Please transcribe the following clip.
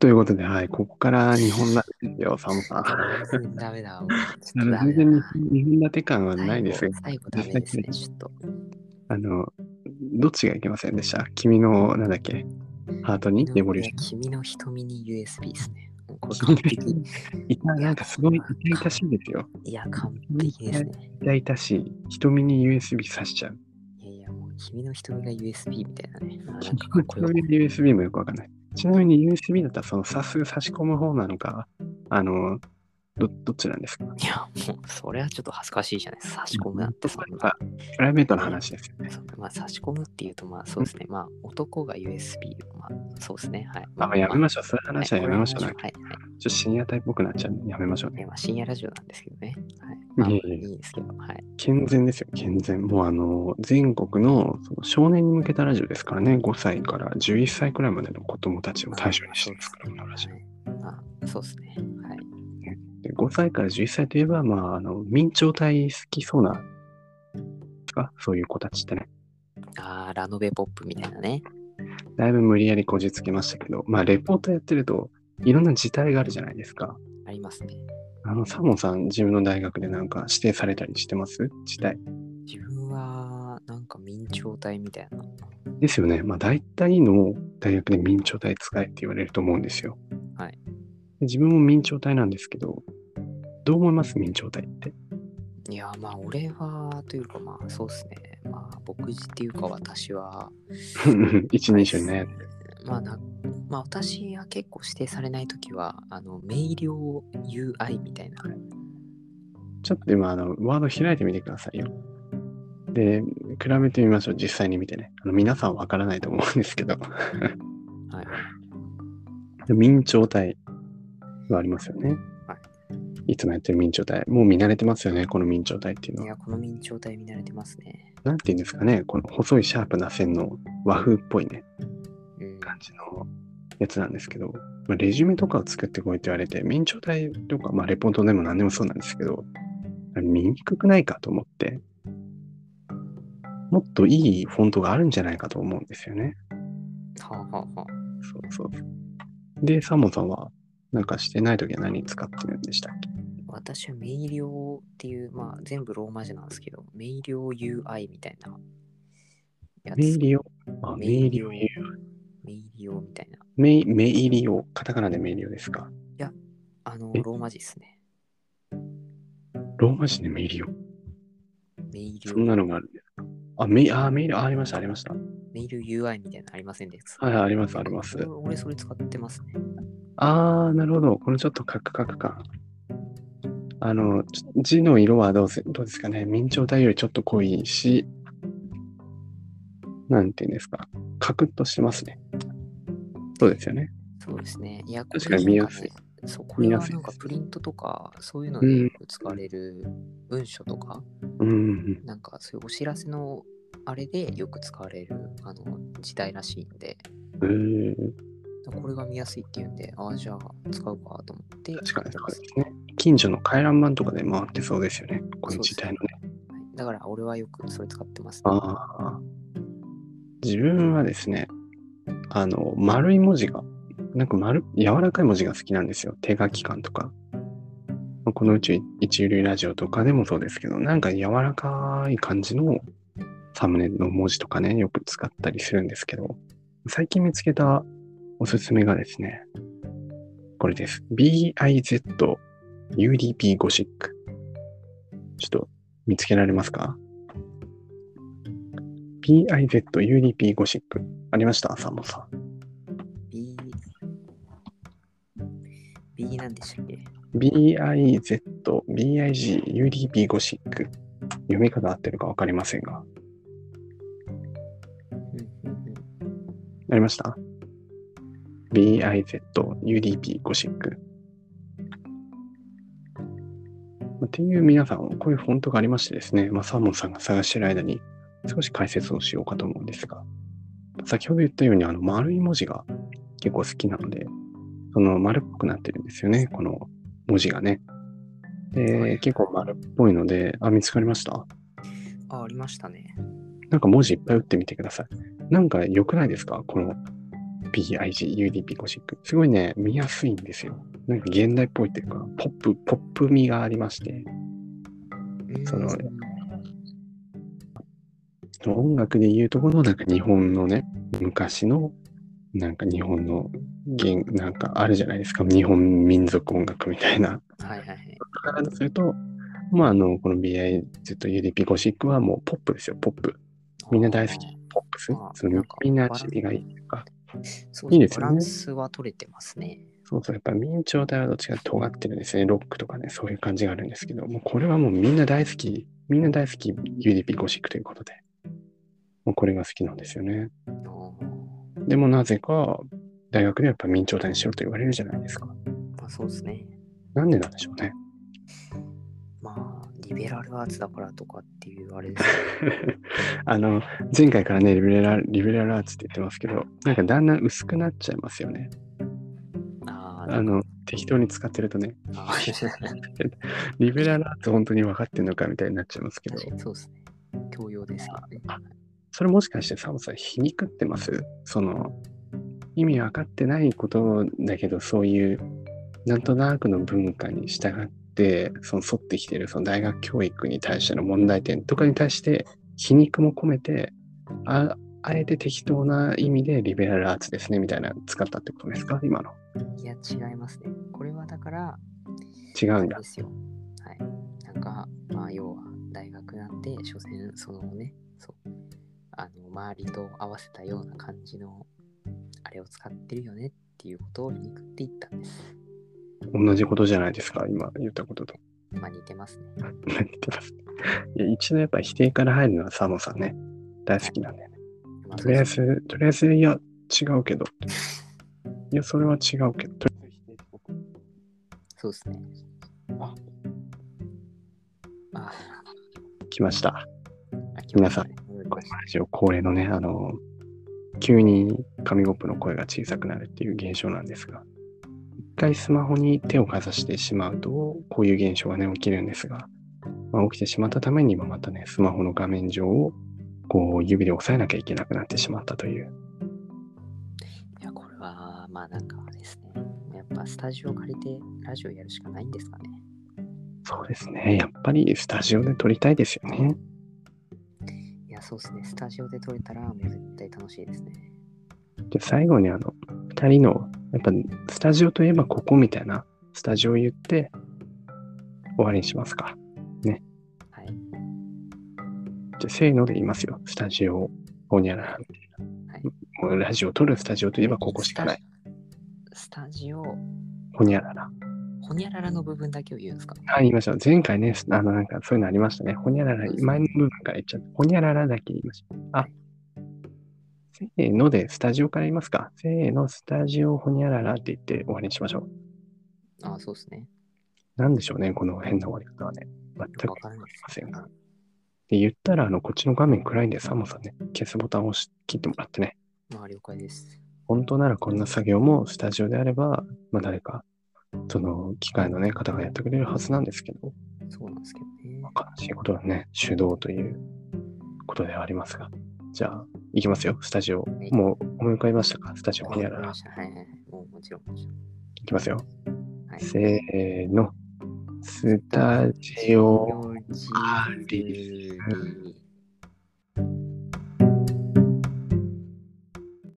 ということで、はい、ここから日本らしい ですよ、サモさん。うんダメ だ。もうちょっとダ全メだ然な。日本立て感はないですが、最後最後ダメですね、ちょっと。あの、どっちがいけませんでした君の、なんだっけ、ハートにデボリューシ君の瞳に USB ですね。もうこれそん完な璧。ョン。いた、なんかすごい痛々しいですよ。いや、完璧ですね。痛々しい。瞳に USB 刺しちゃう。いやいや、もう君の瞳が USB みたいなね。あなんかかっこよ瞳に USB もよくわかんない。ちなみに USB だったら、その刺す、差し込む方なのか、あの、どどっちなんですかいや、もうそれはちょっと恥ずかしいじゃないですか。差し込むなんてそそんれなは。プライベートの話ですよね。そうまあ、差し込むっていうと、まあそうですね。まあ男が USB、まあそうですね。はい。あ、まあ、やめましょう。そういうはい話はやめましょう。なんかはい。はいちょっと深夜帯っぽくなっちゃうんで、やめましょうね。ねまあ、深夜ラジオなんですけどね。はい。まあ、いいえいいえですけど、はい。健全ですよ、健全。もうあの、全国のその少年に向けたラジオですからね、5歳から11歳くらいまでの子供たちを対象にしてますから、このラジオ。はいまあ、そうですね。はい。で5歳から11歳といえば、まあ、あの、明朝体好きそうな、ですかそういう子たちってね。ああ、ラノベポップみたいなね。だいぶ無理やりこじつけましたけど、まあ、レポートやってると、いろんな事態があるじゃないですか。ありますね。あの、サモンさん、自分の大学でなんか指定されたりしてます事態。自分は、なんか明朝体みたいな。ですよね。まあ、大体の大学で明朝体使えって言われると思うんですよ。はいで自分も明朝体なんですけど、どう思います明朝体って。 いや、まあ、俺は、というか、まあ、そうですね。まあ、僕自っていうか、私は、一人称ね。まあな、まあ、私は結構指定されないときは、あの、明瞭 UI みたいな。ちょっと今、あの、ワード開いてみてくださいよ。で、比べてみましょう。実際に見てね。あの皆さんわからないと思うんですけど、はい。明朝体はありますよね。。はいいつもやってる明朝体。もう見慣れてますよね。この明朝体っていうのいは。や、この明朝体見慣れてますね。なんていうんですかね。この細いシャープな線の和風っぽいね。うん。感じのやつなんですけど、まあ、レジュメとかを作ってこいって言われて、明朝体とか、まあ、レポートでも何でもそうなんですけど、見にくくないかと思って、もっといいフォントがあるんじゃないかと思うんですよね。はあ、はあはあ、そうそうそう。で、サモさんは、なんかしてないときは何使ってるんでしたっけ私は明瞭っていう、まあ、全部ローマ字なんですけど、明瞭 UI みたいなやつ。メイリオ。あ、メメイイリリオオ。メイリオみたいな。メイ、メイリオ。カタカナでメイリオですか。あのえ、ローマ字ですね。ローマ字でメイリオ。メイリそんオ、なのがあるんですか。あ、メイ、あ、メイリオ、あありました、ありました。メイル UI みたいなのありませんでした。はいはい、あります、あります俺。俺それ使ってますね。あー、なるほど。このちょっとカクカク感。あの、ちょ字の色はどうせどうですかね。明朝体よりちょっと濃いし、なんていうんですか。カクッとしてますね。そうですよね。そうですね。いや、これ確かに見やすいなんかねそう、これ見やはすいなですんかプリントとか、そういうのでよく使われる文書とか、うんうん。なんかそういうお知らせのあれでよく使われるあの時代らしいんで、うん。うこれが見やすいっていうんで、ああ、じゃあ使うかと思って。ーん確かにそう使ってでますすね。近所の回覧板とかで回ってそうですよね。このそうです時代のね。はいだから俺はよくそれ使ってます、ああ。自分はですね、あの、丸い文字が、なんか丸、柔らかい文字が好きなんですよ。手書き感とか。まあこのうち一流ラジオとかでもそうですけど、なんか柔らかい感じのサムネの文字とかね、よく使ったりするんですけど、最近見つけたおすすめがですね、これです。BIZUDP ゴシック。ちょっと見つけられますか ?BIZUDP ゴシック。ありましたサンボさん。 B。B なんでしたっけ BIZ、BIG、UDP ゴシック。読み方合ってるか分かりませんが。うんうんうんありました ?BIZ、UDP ゴシック。まあっていう皆さん、こういうフォントがありましてですね、まあ、サーモンさんが探してる間に少し解説をしようかと思うんですが、先ほど言ったように、あの、丸い文字が結構好きなので、その丸っぽくなってるんですよね、この文字がね。はで、い結構丸っぽいので、あ、見つかりましたあ、ありましたね。なんか文字いっぱい打ってみてください。なんか良くないですかこの PIG、UDP ゴシック。すごいね、見やすいんですよ。なんか現代っぽいっていうか、ポップ、ポップ味がありまして、うんその音楽でいうところのなんか日本のね、昔のなんか日本の弦、なんかあるじゃないですか、日本民族音楽みたいな。はいはいはい。からすると、まあ、あの、この BI と UDP ゴシックはもうポップですよ、ポップ。みんな大好きあー。ポップスあ。そのなみんかんな趣味がいいっていうか、そういいでですすね。よねバランスは取れてますね。そうそう、やっぱ明朝体はどっちかって尖ってるんですね。ロックとかね、そういう感じがあるんですけど、もうこれはもうみんな大好き、みんな大好き UDP ゴシックということで、もうこれが好きなんですよね。あーでもなぜか、大学ではやっぱ明朝体にしろと言われるじゃないですか。まあ、そうですね。なんでなんでしょうね。 まあ、リベラルアーツだからとかっていうあれです あの、前回からね、リベラル、リベラルアーツって言ってますけど、なんかだんだん薄くなっちゃいますよね。けど。あーあの、適当に使ってるとね、あーリベラルアーツ本当に分かってんのかみたいになっちゃいますけど、確か にそうですね。教養ですけどね。それもしかしてサボさん皮肉ってますその意味分かってないことだけどそういうなんとなくの文化に従ってその沿ってきてるその大学教育に対しての問題点とかに対して皮肉も込めてああえて適当な意味でリベラルアーツですねみたいな使ったってことですか今のいや、違いますね。これはだから、違うあんれだですよ。はい。なんか、まあ、要は、大学なんて、所詮、そのね、そう、あの、周りと合わせたような感じの、あれを使ってるよねっていうことを皮肉って言ったんです。同じことじゃないですか今言ったこととまあ、似てますね。何言ってますいや一度やっぱ否定から入るのはサボさんね大好きなんでまあ、とりあえそうず、とりあえず、いや、違うけど。いや、それは違うけど。とりあえず否定しとくそうですね。ああ、来ました。あ皆さん来ましたねこれ、ラジオ恒例のね、あの、急に紙コップの声が小さくなるっていう現象なんですが、一回スマホに手をかざしてしまうと、こういう現象がね、起きるんですが、まあ、起きてしまったために、今またね、スマホの画面上を、こう、指で押さえなきゃいけなくなってしまったという。いや、これは、まあ、なんかあれですね。やっぱ、スタジオ借りて、ラジオやるしかないんですかね。そうですね。やっぱりスタジオで撮りたいですよね。いや、そうですね。スタジオで撮れたら、もう絶対楽しいですね。で最後にあの2人のやっぱスタジオといえばここみたいなスタジオを言って終わりにしますかはい。じゃあせーので言いますよスタジオほにゃららみたいな、はいもうラジオを撮るスタジオといえばここしかないスタジオ、ほにゃららほにゃららの部分だけを言うんですかはい言いました前回ねあのなんかそういうのありましたねほにゃららそうですね前の部分から言っちゃってほにゃららだけ言いましたあせーのでスタジオから言いますかせーのスタジオほにゃららって言って終わりにしましょうああ、そうですね。なんでしょうねこの変な終わり方はね全よくくわからないです。すいませんで、言ったら、あの、こっちの画面暗いんで、サモさんね、消すボタンを押し切ってもらってね。まあ、了解です。本当ならこんな作業もスタジオであれば、まあ誰か、その機械のね、方がやってくれるはずなんですけど、そうなんですけどね。悲しいことはね、手動ということではありますが。じゃあ、行きますよ、スタジオ。いもう思い浮かびましたかスタジオわほにかゃりららま。したはいはいはい。もうもちろん。もちろん行きますよ。はい。せーの。スタジオ。ジありー